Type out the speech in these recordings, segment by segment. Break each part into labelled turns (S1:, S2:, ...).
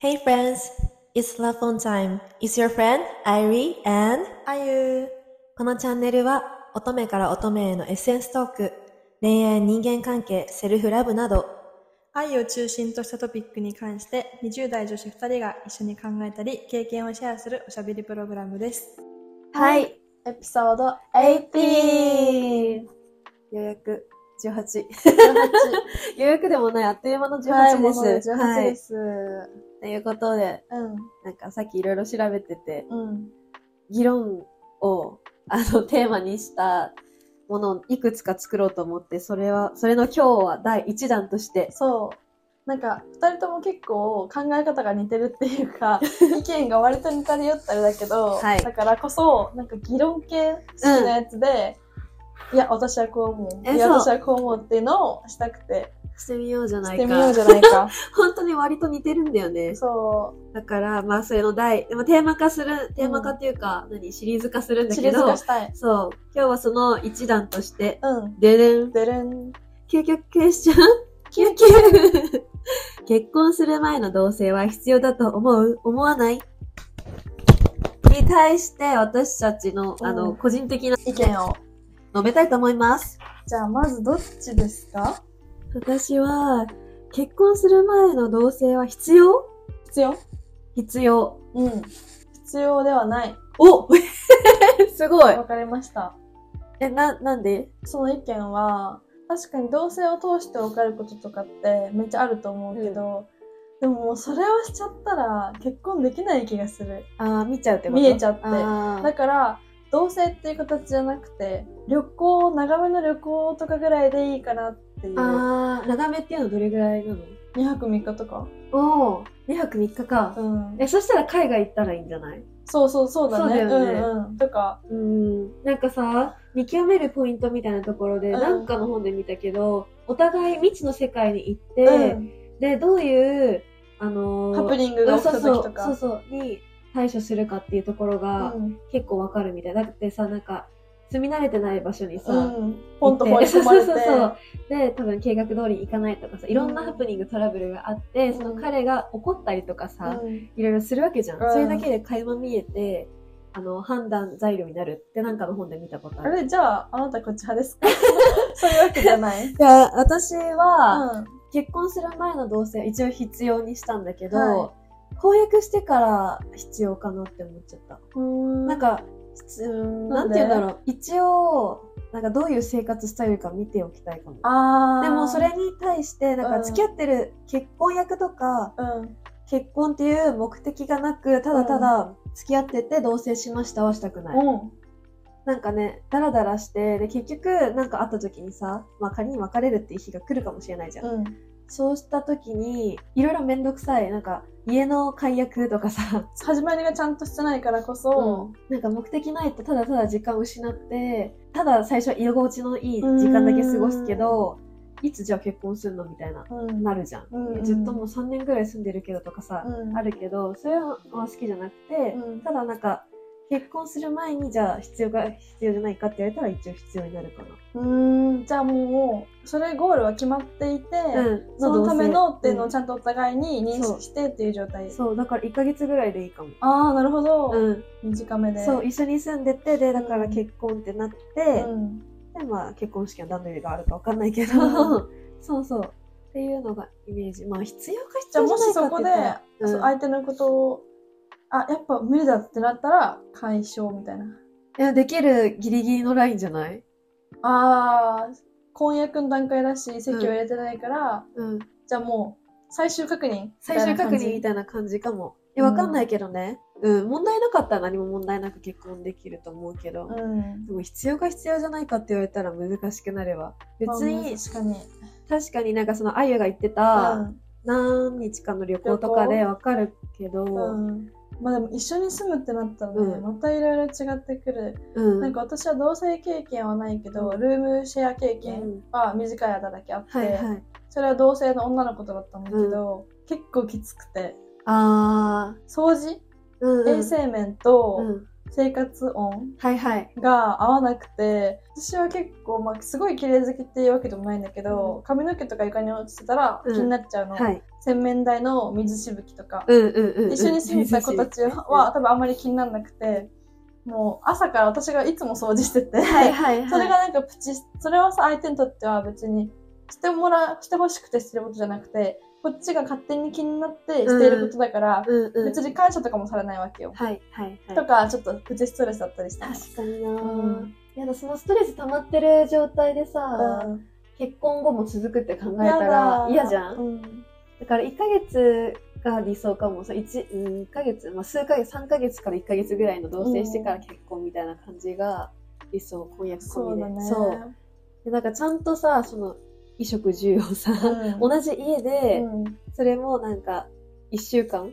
S1: Hey friends, it's love phone time. It's your friend, Irie and Ayu. このチャンネルは乙女から乙女へのエッセンストーク、恋愛、人間関係、セルフラブなど、
S2: 愛を中心としたトピックに関して20代女子2人が一緒に考えたり経験をシェアするおしゃべりプログラムです
S3: はい、エピソード18。
S1: ようやく18。
S3: 予約でもない、あっという間の18です。
S1: はいもう18
S3: す。ということで、なんかさっきいろいろ調べてて、
S2: うんうん
S3: 議論を、あの、テーマにしたものをいくつか作ろうと思って、それは、それの今日は第1弾として、
S2: そうなんか2人とも結構考え方が似てるってい うか意見が割と似たり寄ったりだけど、
S3: はい
S2: だからこそなんか議論系好きなやつで、いや私はこう思う
S3: え
S2: いや
S3: そう
S2: 私はこう思うっていうのをしたくて
S3: してみようじゃな
S2: し
S3: い
S2: て
S3: か。
S2: みようじゃない か
S3: 本当に割と似てるんだよね。
S2: そ
S3: だから、まあ、それの第、でもテーマ化する、テーマ化っていうか、何、シリーズ化するん
S2: う
S3: だ
S2: シ
S3: け
S2: リーズ
S3: ど
S2: 化、したい
S3: そう、今日はその1弾として、
S2: うん
S3: ででん、
S2: でるん
S3: 究極クエスチョン
S2: 究
S3: 結婚する前の同棲は必要だと思う思わないに対して私たちの、
S2: うん
S3: あの、個人的な
S2: 意見を
S3: 述べたいと思います。
S2: じゃあまずどっちですか
S3: 私は、結婚する前の同棲は必要
S2: 必要
S3: 必要。
S2: うん。必要ではない。
S3: お すごい
S2: わかりました。
S3: え、な、なんで
S2: その意見は、確かに同性を通して分かることとかってめっちゃあると思うけど、でももうそれをしちゃったら結婚できない気がする。
S3: あー見ちゃうってこと
S2: 見えちゃって
S3: あ
S2: だ
S3: ー
S2: から、同性っていう形じゃなくて、旅行、長めの旅行とかぐらいでいいかなっていう。2
S3: あー、長めっていうのはどれぐらいなの
S2: 泊3日とか。
S3: おー、2泊3日か
S2: う。ん。
S3: え、そしたら海外行ったらいいんじゃない
S2: そうそうそうだね。
S3: そうだよね
S2: うんうん。とか、
S3: うん、なんかさ見極めるポイントみたいなところで、
S2: うん
S3: なんかの本で見たけどお互い未知の世界に行って、
S2: うん、
S3: でどういうあのー
S2: ハプニングが起きた
S3: そう
S2: 時
S3: そう
S2: とか。
S3: そうそうに対処するかっていうところが
S2: うん
S3: 結構わかるみたいだってさなんか住み慣れてない場所にさ、
S2: うん。ポンと放り込まれて。
S3: そうそうそうで多分計画通りに行かないとかさいろんなハプニングトラブルがあって、
S2: うん
S3: その彼が怒ったりとかさ、
S2: うん
S3: いろいろするわけじゃん。
S2: うん
S3: それだけで垣間見えて、あの、判断材料になるってなんかの本で見たことあ
S2: あ
S3: る。
S2: れじゃあ、あなたこっち派 ですかそういうわけじゃない。うん。
S3: いや、私は、結婚する前の同棲は一応必要にしたんだけど、
S2: は
S3: 公約してから必要かなって思っちゃった。な
S2: な
S3: ん、か、うーん
S2: な
S3: なんんて
S2: で
S3: 言うんだろう。一応、なんかどういう生活スタイルか見ておきたいかも。
S2: あー
S3: でもそれ、に対して、なん
S2: うん
S3: か付き合ってる結婚役とか、
S2: うん。
S3: 結婚っていう目的がなく、ただただ付き合ってて同棲しましたはしたくない。
S2: うん。
S3: なんかね、ダラダラして、で、結局、なんか会った時にさ、まあ仮に別れるっていう日が来るかもしれないじゃん。
S2: うん。
S3: そうした時に、いろいろめんどくさい、なんか、家の解約とかさ、
S2: 始まりがちゃんとしてないからこそ、
S3: なんか目的ないとただただ時間を失って、ただ最初は居心地のいい時間だけ過ごすけど、いつじゃあ結婚するのみたいな、
S2: うん
S3: なるじゃん。
S2: うんうん
S3: ずっともう3年ぐらい住んでるけどとかさ、
S2: うん
S3: あるけど、それは好きじゃなくて、
S2: うん
S3: ただなんか、結婚する前にじゃあ必要が必要じゃないかって言われたら一応必要になるかな。
S2: うーん。じゃあもう、それゴールは決まっていて、
S3: うん
S2: そのためのっていうのを
S3: ん
S2: ちゃんとお互いに認識してっていう状態。
S3: そう、だから1ヶ月ぐらいでいいかも。
S2: ああ、なるほど。
S3: うん。
S2: 短めで。
S3: そう、一緒に住んでて、で、だから結婚ってなって、
S2: うん。
S3: で、まあ結婚式は何の日があるかわかんないけど、
S2: う
S3: そうそう。っていうのがイメージ。まあ必要か
S2: じ
S3: 必
S2: ゃあ
S3: 要
S2: もし
S3: じゃな
S2: そ
S3: いか
S2: こ
S3: って
S2: で、
S3: 言ったら。
S2: そう相手のことを、あ、やっぱ無理だってなったら、解消みたいな。
S3: うん、いや、できるギリギリのラインじゃない
S2: ああ、婚約の段階だし、席を入れてないから、
S3: うん。
S2: じゃあもう、最終確認。
S3: 最終確認みたいな感じかも。え、わかんないけどね。うん、問題なかったら何も問題なく結婚できると思うけど。
S2: うん。
S3: でも必要か必要じゃないかって言われたら難しくなれば別に
S2: 確かに。
S3: 確かになんかそのあゆが言って
S2: う
S3: た
S2: ん
S3: 何日かの旅行とかでわかるけど、うん
S2: うん。まあでも一緒に住むってなったらね、
S3: うん
S2: またいろいろ違ってくる。なんか私は同棲経験はないけど、
S3: うん
S2: ルームシェア経
S3: う
S2: 験
S3: ん
S2: は短い間だけあって、
S3: はいはい
S2: それは同性の女の子とだったんだけど、結構きつくて、
S3: ああ
S2: 掃
S3: う
S2: 除、
S3: んうん
S2: 衛生面と、
S3: うん
S2: 生活音
S3: はいはい。
S2: が合わなくて、私は結構、まあ、すごい綺麗好きっていうわけでもないんだけど、髪の毛とか床に落ちてたら
S3: うん
S2: 気になっちゃうの。
S3: はい。
S2: 洗面台の水しぶきとか。
S3: うんうんうんうん。
S2: 一緒に住んでた子たちは多分あんまり気にならなくて、もう朝から私がいつも掃除してて、
S3: はいはいはい。
S2: それがなんかプチ、それはさ、相手にとっては別に、してもら、してほしくてしてることじゃなくて、こっちが勝手に気になってしていることだから、
S3: うんうん。
S2: 別に感謝とかもされないわけよ。
S3: はいはいはい。
S2: とか、ちょっとプチストレスだったりしたの。
S3: 確かにな、
S2: うん
S3: やだそのストレス溜まってる状態でさ、
S2: うん
S3: 結婚後も続くって考えたら嫌じゃん、
S2: うん。
S3: だから1ヶ月が理想かもさ 1, うん一ヶ月、まあ、数ヶ月3ヶ月から1ヶ月ぐらいの同棲してから結婚みたいな感じが理想婚約
S2: そ
S3: 込
S2: う
S3: み
S2: だ
S3: で
S2: ね。
S3: そうでなんかちゃんとさその衣食住をさ、
S2: うん
S3: 同じ家で、
S2: うん
S3: それもなんか1週間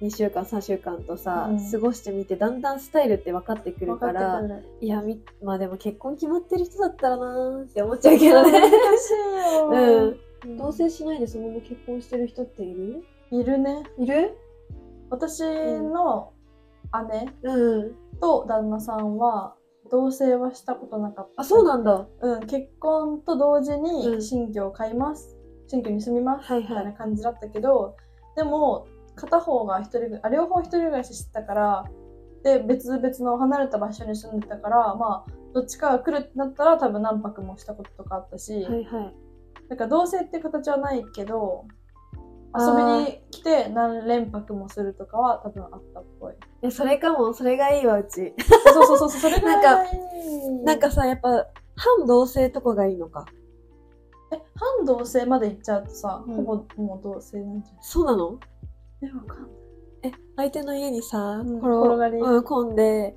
S3: 2週間3週間とさ、
S2: うん
S3: 過ごしてみてだんだんスタイルって分かってくる
S2: 分
S3: か
S2: かって
S3: ら
S2: くる。
S3: いやみまあでも結婚決まってる人だったらなーって思っちゃうけど
S2: 難
S3: ね。
S2: しい
S3: うん
S2: よ。。
S3: 同棲しないでそのまま結婚してる人っている
S2: いるね。
S3: いる
S2: 私の姉
S3: うん。
S2: と旦那さんは同棲はしたことなかった。
S3: あ、そうなんだ。
S2: うん、結婚と同時
S3: うん
S2: に新居を買います、新居に住みます、
S3: はいはい
S2: みたいな感じだったけどでも片方が一人ぐあ両方一人暮らししてたからで別々の離れた場所に住んでたからまあどっちかが来るってなったら多分何泊もしたこととかあったし、
S3: はいはい。
S2: なんか同棲っていう形はないけど
S3: あ
S2: 遊び
S3: ー
S2: に来て何連泊もするとかは多分あったっぽい。
S3: いや、それかも。それがいいわ、うち。
S2: そうそうそうそう、それぐらい
S3: なん
S2: がいい
S3: なんかさ、やっぱ、反同棲とかがいいのか。
S2: え、半同性まで行っちゃうとさ、
S3: うん
S2: ほぼもう同性なんじゃ
S3: そうなの
S2: ないえ、わかんない。
S3: え、相手の家にさ、
S2: うん
S3: 転
S2: 転がり
S3: うん、混んで、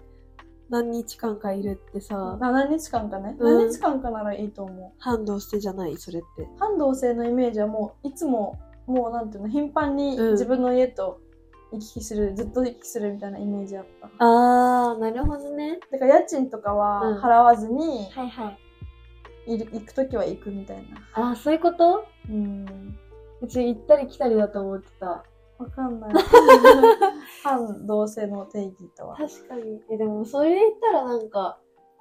S3: 何日間かいるってさ、
S2: あ何日間かね。
S3: うん
S2: 何日間かならいいと思
S3: 反同棲じゃないそれって。
S2: う。半同性のイメージはもう、いつも、もうなんていうの、頻繁に
S3: うん
S2: 自分の家と行き来する、ずっと行き来するみたいなイメージあった。
S3: あー、なるほどね。
S2: だから家賃とか
S3: うん
S2: は払わずに、
S3: はいはい。
S2: いる行くときは行くみたいな。
S3: あー、そういうこと
S2: うん。
S3: うち行ったり来たりだと思ってた。
S2: わか んない。半同性の定義とは。
S3: 確かに。え、でもそれで言ったらなんか、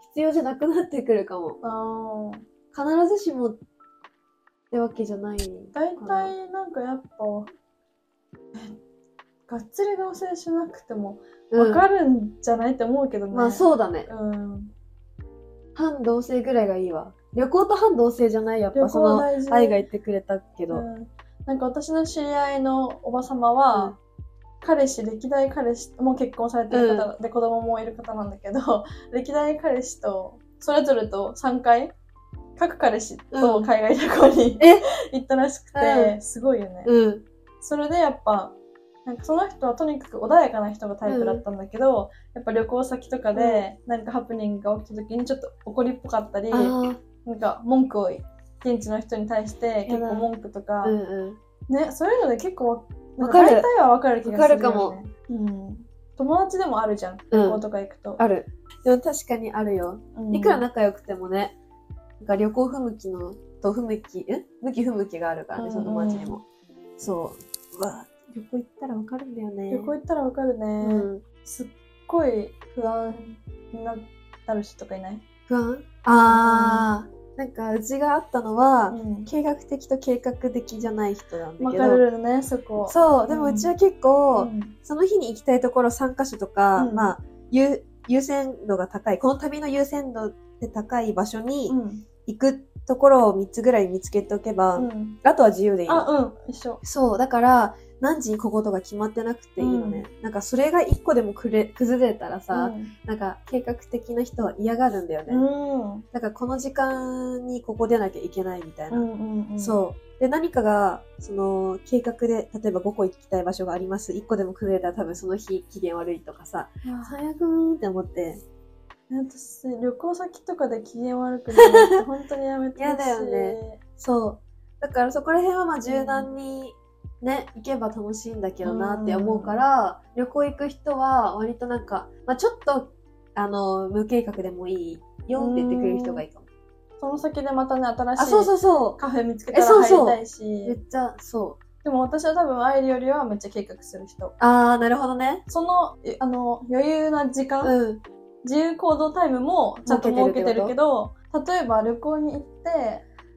S3: 必要じゃなくなってくるかも。
S2: ああ。
S3: 必ずしもってわけじゃない。
S2: 大体なんかやっぱ、えがっつり同棲しなくても
S3: うん
S2: わかるんじゃないって思うけどね。
S3: まあそうだね。
S2: うん。
S3: 反同性ぐらいがいいわ。旅行と反同性じゃないやっ
S2: 旅
S3: ぱそ
S2: 行
S3: の
S2: 大事。
S3: 愛が言ってくれたけど。
S2: うんなんか私の知り合いのおば様は、
S3: うん
S2: 彼氏、歴代彼氏、もう結婚されてる方で、子供もいる方なんだけど、 歴代彼氏と、それぞれと3回、各彼氏と海外旅行に、
S3: え
S2: 行ったらしくて、
S3: う
S2: すごいよね。
S3: うん。
S2: それでやっぱ、なんかその人はとにかく穏やかな人がタイプだったんだけど、やっぱ旅行先とかで、なんかハプニングが起きた時にちょっと怒りっぽかったり、
S3: あ
S2: な
S3: ー
S2: んか文句を、現地の人に対して
S3: や
S2: 結
S3: だ
S2: 構文句とか
S3: う、んう
S2: ね、そういうので結構、なん
S3: わかる
S2: 大体はわかる気がするよ、ね。
S3: わか
S2: うん。友達でもあるじゃん、
S3: うん
S2: 旅行とか行くと
S3: ん。。ある。でも確かにあるよ。
S2: うん
S3: いくら仲良くてもね、なんか旅行不向きの、と不向き、え向き不向きがあるからね、その友達にも。そう。うわ旅行行ったらわかるんだよね。
S2: 旅行行ったらわかるね、
S3: うん。
S2: すっごい不安にななる人とかいない、
S3: 不安ああ、なんかうちがあったのは、
S2: うん。
S3: 計画的と計画的じゃない人なんだ
S2: わ
S3: け
S2: か
S3: ど
S2: るよね、そこ。
S3: そうでも
S2: うん
S3: うちは結構、
S2: うん
S3: その日に行きたいところ3カ所とか、
S2: うん
S3: まあ優優先度が高いこの旅の優先度で高い場所に
S2: うん
S3: 行くところを3つぐらい見つけておけば、
S2: うん、
S3: あとは自由でいいの
S2: あうん一緒
S3: そうだから何時にこことか決まってなくていいのね、なんかそれが1個でもくれ崩れたらさ、なんか計画的な人は嫌がるんだよね、
S2: うん
S3: だからこの時間にここ出なきゃいけないみたいな、
S2: うんうん
S3: そう。で、何かが、その、計画で、例えば5個行きたい場所があります。1個でも崩れたら多分その日期限悪いとかさ、
S2: うんあ
S3: 最悪ーって思って。
S2: 私旅行先とかで機嫌悪くなるって本当にやめてほ
S3: 嫌
S2: しい
S3: だよねそう。だからそこら辺はまあ柔軟にね、行けば楽しいんだけどなって思うから、旅行行く人は割となんか、まあちょっと、あの、無計画でもいいよって言ってくれる人がいいかも。
S2: その先でまたね新しい
S3: あ、そうそうそう。
S2: カフェ見つけたら
S3: えそうそう
S2: 入りたい
S3: め
S2: し
S3: っちゃ、そう。
S2: でも私は多分愛理よりはめっちゃ計画する人。
S3: ああ、なるほどね。
S2: その、えあの、余裕な時間、
S3: うん。
S2: 自由行動タイムもちゃんと設けてる
S3: 設けてる
S2: けど、例えば旅行に行って、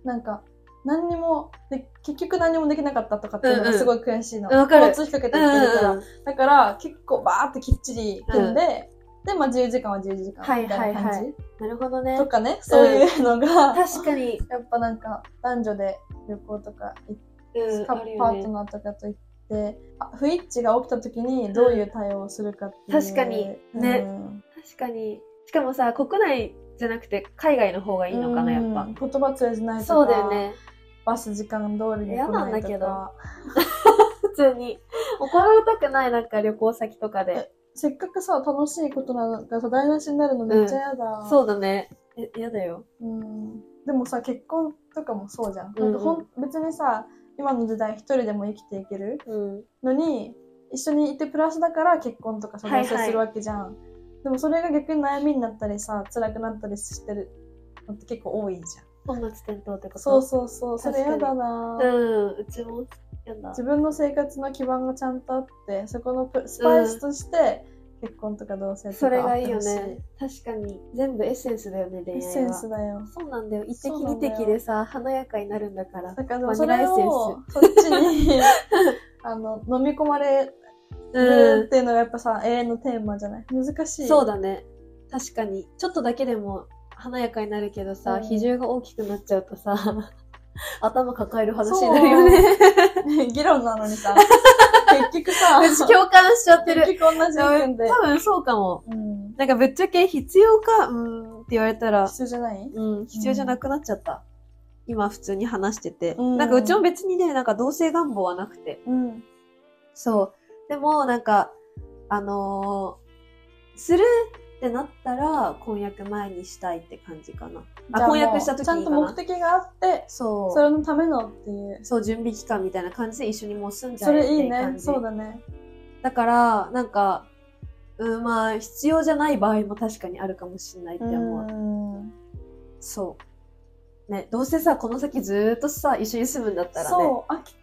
S2: なんか、何にもで、結局何にもできなかったとかっていう
S3: う
S2: の
S3: ん
S2: が
S3: うん
S2: すごい悔しいの。
S3: わかる
S2: 交通費かけて
S3: う
S2: 行ってるから。
S3: ん。
S2: だから、結構バーってきっちり組んで、で、まあ自由時間は自由時間みたいな
S3: はいはい
S2: 感
S3: なるほど
S2: じ
S3: ね
S2: と。かね、そういうのが、
S3: 確かに。
S2: やっぱなんか男女で旅行とか行っ
S3: うん。
S2: カ
S3: ある
S2: ッ
S3: よ
S2: パート
S3: ね。
S2: ナーとかといって、あ不一致が起きた時にどういう対応をするかっていう、
S3: 確かにね
S2: うん
S3: 確かに。しかもさ、国内じゃなくて海外の方がいいのかな、やっぱ
S2: うん。言葉通じないとか
S3: そうだよね。
S2: バス時間通りに来
S3: 嫌なん
S2: な
S3: だ
S2: い
S3: け
S2: と
S3: ど
S2: か
S3: 普通に。怒られたくない、なんか旅行先とかで。
S2: せっかくさ楽しいことなのがさ台無しになるのめっちゃ嫌だ、うん
S3: そうだね。え、嫌だよ。
S2: でもさ結婚とかもそうじゃん,、なん
S3: う
S2: かほん別にさ今の時代一人でも生きていける
S3: うん。
S2: のに一緒にいてプラスだから結婚とかさ
S3: はいは
S2: 同
S3: い
S2: 棲するわけじゃん、でもそれが逆に悩みになったりさ辛くなったりしてるのって結構多いじゃ
S3: 本
S2: ん
S3: 末転倒ってこと
S2: そうそうそうそれ
S3: 確か
S2: や
S3: に
S2: だな、
S3: うん、うちも嫌だ。
S2: 自分の生活の基盤がちゃんとあってそこのプスパイスとして結婚とか同棲とか
S3: それがいいよ
S2: あってほし
S3: ね。確かに。全部エッセンスだよね、
S2: エ
S3: 恋
S2: ッ
S3: 愛は。
S2: センスだよ
S3: そうなんだよ。一滴
S2: そうな
S3: 二
S2: んだよ
S3: 滴でさ、華やかになるんだから。
S2: だからでも
S3: バ
S2: そ
S3: ニラエ
S2: れ
S3: ッセンス
S2: をそっちに あの飲み込まれるっ。ていうのがやっぱさ、永遠のテーマじゃない難しい
S3: そうだね。確かに。ちょっとだけでも華やかになるけどさ、
S2: うん
S3: 比重が大きくなっちゃうとさ、 頭抱える話になるよね。
S2: 議論なのにさ結局さ
S3: 私共感しちゃって る。
S2: 結局同じ意
S3: 多
S2: 見で、
S3: 分そうかも。
S2: うん、
S3: なんかぶっちゃけ必要か、うーんって言われたら、
S2: 必要じゃない
S3: うん、必要じゃなくなっちゃった。今普通に話してて。
S2: うん
S3: なんかうちも別にね、なんか同性願望はなくて。
S2: うん
S3: そう。でもなんか、あのーするってなったら、婚約前にしたいって感じかな。あ、
S2: じゃあもう
S3: 婚約した時に
S2: ちゃんと
S3: かな
S2: 目的があって
S3: そう。
S2: それのためのっていう
S3: そう、準備期間みたいな感じで一緒にもう住んじゃ
S2: そ
S3: えって
S2: れいい
S3: いう
S2: ね
S3: 感じ。
S2: そうだね
S3: だから、なんか、うん、まあ、必要じゃない場合も確かにあるかもしれないって思う。
S2: うん
S3: そう。ね、どうせさ、この先ずーっとさ、一緒に住むんだったらね。
S2: そ う飽き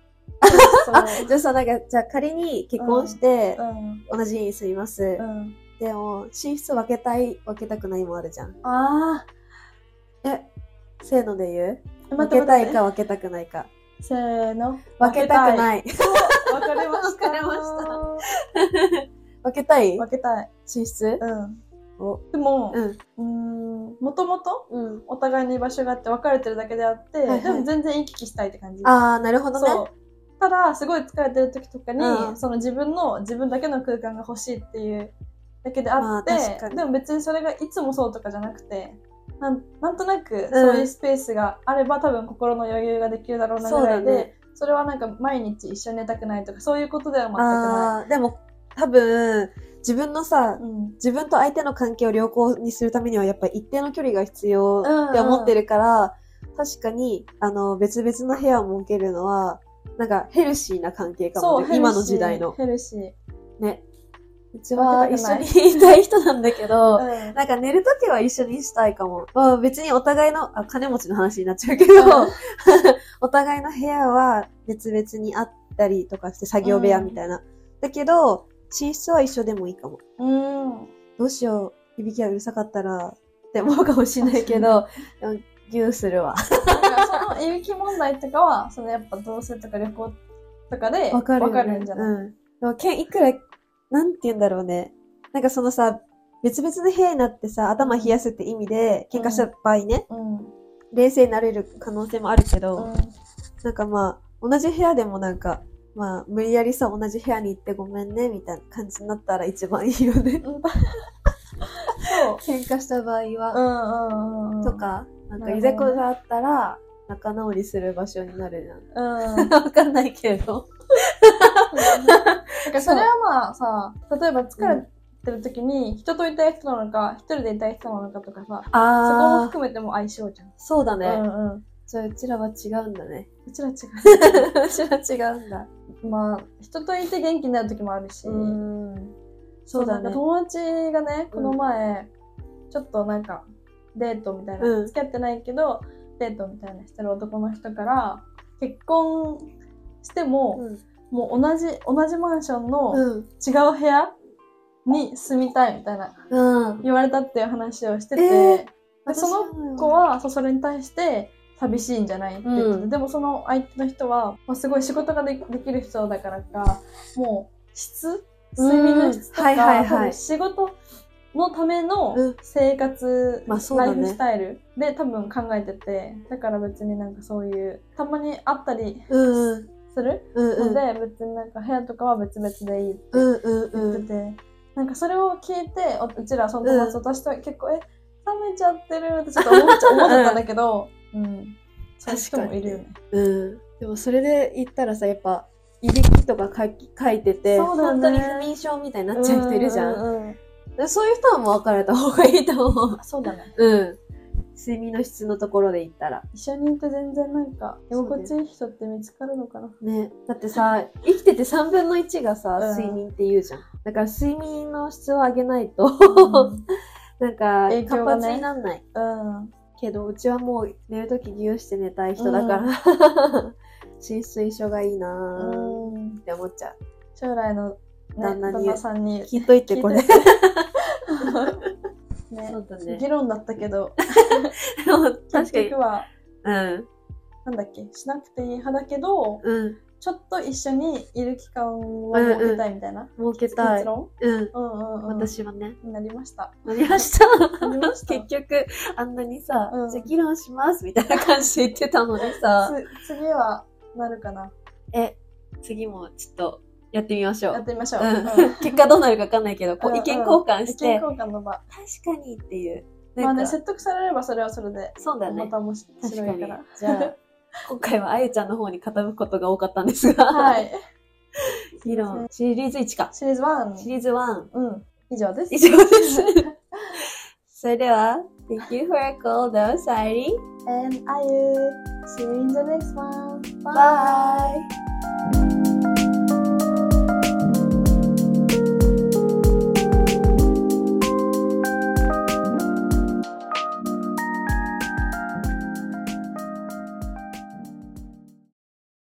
S2: そう
S3: じゃあさ、なんか、じゃあ仮に結婚して、
S2: うん
S3: 同じ家に住みます。
S2: うん
S3: でも、寝室分けたい、分けたくないもあるじゃん。
S2: あ
S3: せーので言う
S2: あ
S3: 分けたいか分けたくないか。
S2: せーの
S3: 分けたく
S2: い
S3: ない。
S2: 分かれました
S3: 分かれま分けたい
S2: 分けたい
S3: 寝室
S2: うん
S3: お
S2: でも
S3: うん。
S2: うんもともと
S3: うん。
S2: お互いに居場所があって別れてるだけであって、
S3: いはい
S2: でも全然行き来したいって感じ
S3: あー、なるほどね。
S2: そうただすごい疲れてる時とかに、
S3: うん
S2: その自分の自分だけの空間が欲しいっていうだけであって、
S3: まあ確かに
S2: でも別にそれがいつもそうとかじゃなくてなんなんとなくそういうスペースがあれば、多分心の余裕ができるだろうな
S3: そう
S2: ぐら
S3: だ
S2: いでそ,、
S3: ね。
S2: れはなんか毎日一緒に寝たくないとかそういうことでは全くな
S3: あー、でも、多分、自分のさ
S2: い。、うん
S3: 自分と相手の関係を良好にするためにはやっぱり一定の距離が必要って思ってるから、確かに、あの、別々の部屋を設けるのは、なんかヘルシーな関係かもね。
S2: ヘルシー
S3: 今の時代の。
S2: ヘルシー、
S3: ね。うちは
S2: 分
S3: 一
S2: けたくな
S3: 緒
S2: い
S3: にいたい人なんだけど、
S2: うん
S3: なんか寝るときは一緒にしたいかも。まあ、別にお互いの、あ、金持ちの話になっちゃうけど、 お互いの部屋は別々にあったりとかして作業部屋みたいな。だけど、寝室は一緒でもいいかも。
S2: うん
S3: どうしよう、いびきがうるさかったらって思うかもしれないけど、でもギューするわ。
S2: なんかそのいびき問題とかはそのやっぱ同棲とか旅行とかで分か
S3: よね
S2: るんじゃない、
S3: うん。でも、けんいくら、なんて言うんだろうね。なんかそのさ、別々の部屋になってさ、頭冷やすって意味で、喧嘩した場合ね、
S2: うん
S3: 冷静になれる可能性もあるけど、
S2: うん
S3: なんかまあ、同じ部屋でもなんか、まあ、無理やりさ、同じ部屋に行ってごめんね、みたいな感じになったら一番いいよね。
S2: そう。
S3: 喧嘩した場合
S2: う
S3: は、
S2: んうんうんうん。
S3: と。か、なんか
S2: なる
S3: い
S2: ほど
S3: ざこざあったら、仲直りする場所になるじゃん。
S2: うん。なんか
S3: わかん ないけど。
S2: それはまあさ、例えば疲れてる時に人といたい人なのか、一人でいたい人なのかとかさ、そこも
S3: ああ、
S2: 含めても相性じゃん。
S3: そうだね。
S2: うんうん。
S3: じゃあ、うちらは違うんだ ね。
S2: うちら違
S3: うちら違うんだ。
S2: う。まあ、人といて元気になる時もあるし、
S3: ん。そうだ
S2: なんか
S3: ね。
S2: 友達がね、この前、ちょっとなんか、デートみたいな、
S3: うん
S2: 付き合ってないけど、デートみたいなしてる男の人から、結婚しても、
S4: うん
S2: もう同じ、同じマンションの
S4: うん。
S2: 違う部屋に住みたいみたいな、
S4: うん。
S2: 言われたっていう話をしてて、
S4: え
S2: でその子はそうそれに対して寂しいんじゃないって言ってて、
S4: う
S2: でもその相手の人は、まあ、すごい仕事がでできる人だからかもう質睡眠の質とか、
S4: うんはいはいはい
S2: 多分仕事のための
S4: うん
S2: 生活、
S4: まあそう
S2: ラ
S4: だ
S2: イフ
S4: ね
S2: ス。タイルで多分考えててだから別になんかそういうたまにあったり
S4: うんうん。
S2: する
S4: うん
S2: の
S4: うん。
S2: で、別になんか部屋とかは別々でいいって
S4: うんうんう
S2: 言っ
S4: ん。
S2: てて、なんかそれを聞いておうちらその友達私と結構、え冷めちゃってるってちょっと思っちゃ思っちゃったんだ けど、うん、そういう人もいるよね。
S4: うん。
S3: でもそれで言ったらさ、やっぱ、いびきとか書き書いてて、
S2: そうだ
S3: 本
S2: ね
S3: 当に不眠症みたいになっちゃう人いるじゃん。
S2: う
S3: だか
S2: ううん
S3: らそういう人はもう別れた方がいいと思う。
S2: そうだね。
S3: うん。睡眠の質のところで言ったら。
S2: 一緒にいて全然なんか居
S3: そうだよ
S2: 心地いい人って見つかるのかな。
S3: ね。だってさ、生きてて3分の1がさ
S2: うん、
S3: 睡眠って言うじゃん。だから睡眠の質を上げないと、 なんか
S2: 影、
S3: 活
S2: 響がね
S3: 発になんない。
S2: うん、
S3: けど、うちはもう寝るときぎゅうして寝たい人だから、 浸水症がいいなぁっ
S2: うん、
S3: て思っちゃう。
S2: 将来の、ね、
S3: 旦那に
S2: 旦那さんに
S3: 聞いといて、
S2: 聞い
S3: これ。
S2: て ね
S3: そうだね
S2: 議論だったけど、
S3: 確か
S2: 結
S3: に
S2: 局。は、
S3: うん。
S2: なんだっけ、しなくていい派だけど、
S3: うん。
S2: ちょっと一緒にいる期間を設けたいみたいな。
S3: 儲け
S2: 結
S3: たい。
S2: 論
S3: うん。
S2: うんうんうん。
S3: 私はね、
S2: になりました。
S3: なりました。
S2: なりました
S3: 結。局、あんなにさ、
S2: うん
S3: じゃあ議論しますみたいな感じで言ってたのにさ、
S2: つ次はなるかな。
S3: え、次もちょっとやってみましょ
S2: やっ
S3: う。
S2: てみましょう。
S3: う
S2: うん
S3: ん、結果どうなるかわかんないけど、こ
S2: うん
S3: う
S2: うん
S3: 意見交換
S2: 意
S3: し
S2: 見
S3: て、
S2: 交換の場。
S3: 確かにっていう。
S2: ま
S3: な
S2: あ
S3: んか、
S2: ね、説得されればそれはそれで、
S3: そうだ
S2: ま
S3: ね。
S2: た面白
S3: 確
S2: い
S3: か
S2: か
S3: に
S2: ら。。
S3: じゃあ、今回はあゆちゃんの方に傾くことが多かったんですが、
S2: はい。
S3: 議論、シリーズ1か。
S2: シリーズ
S3: シ
S2: 1。
S3: リーズ1。
S2: うん。以上です。
S3: 以上 です。それでは、Thank you for your call, though, Sari.
S2: And I will see you in the next one.
S3: Bye!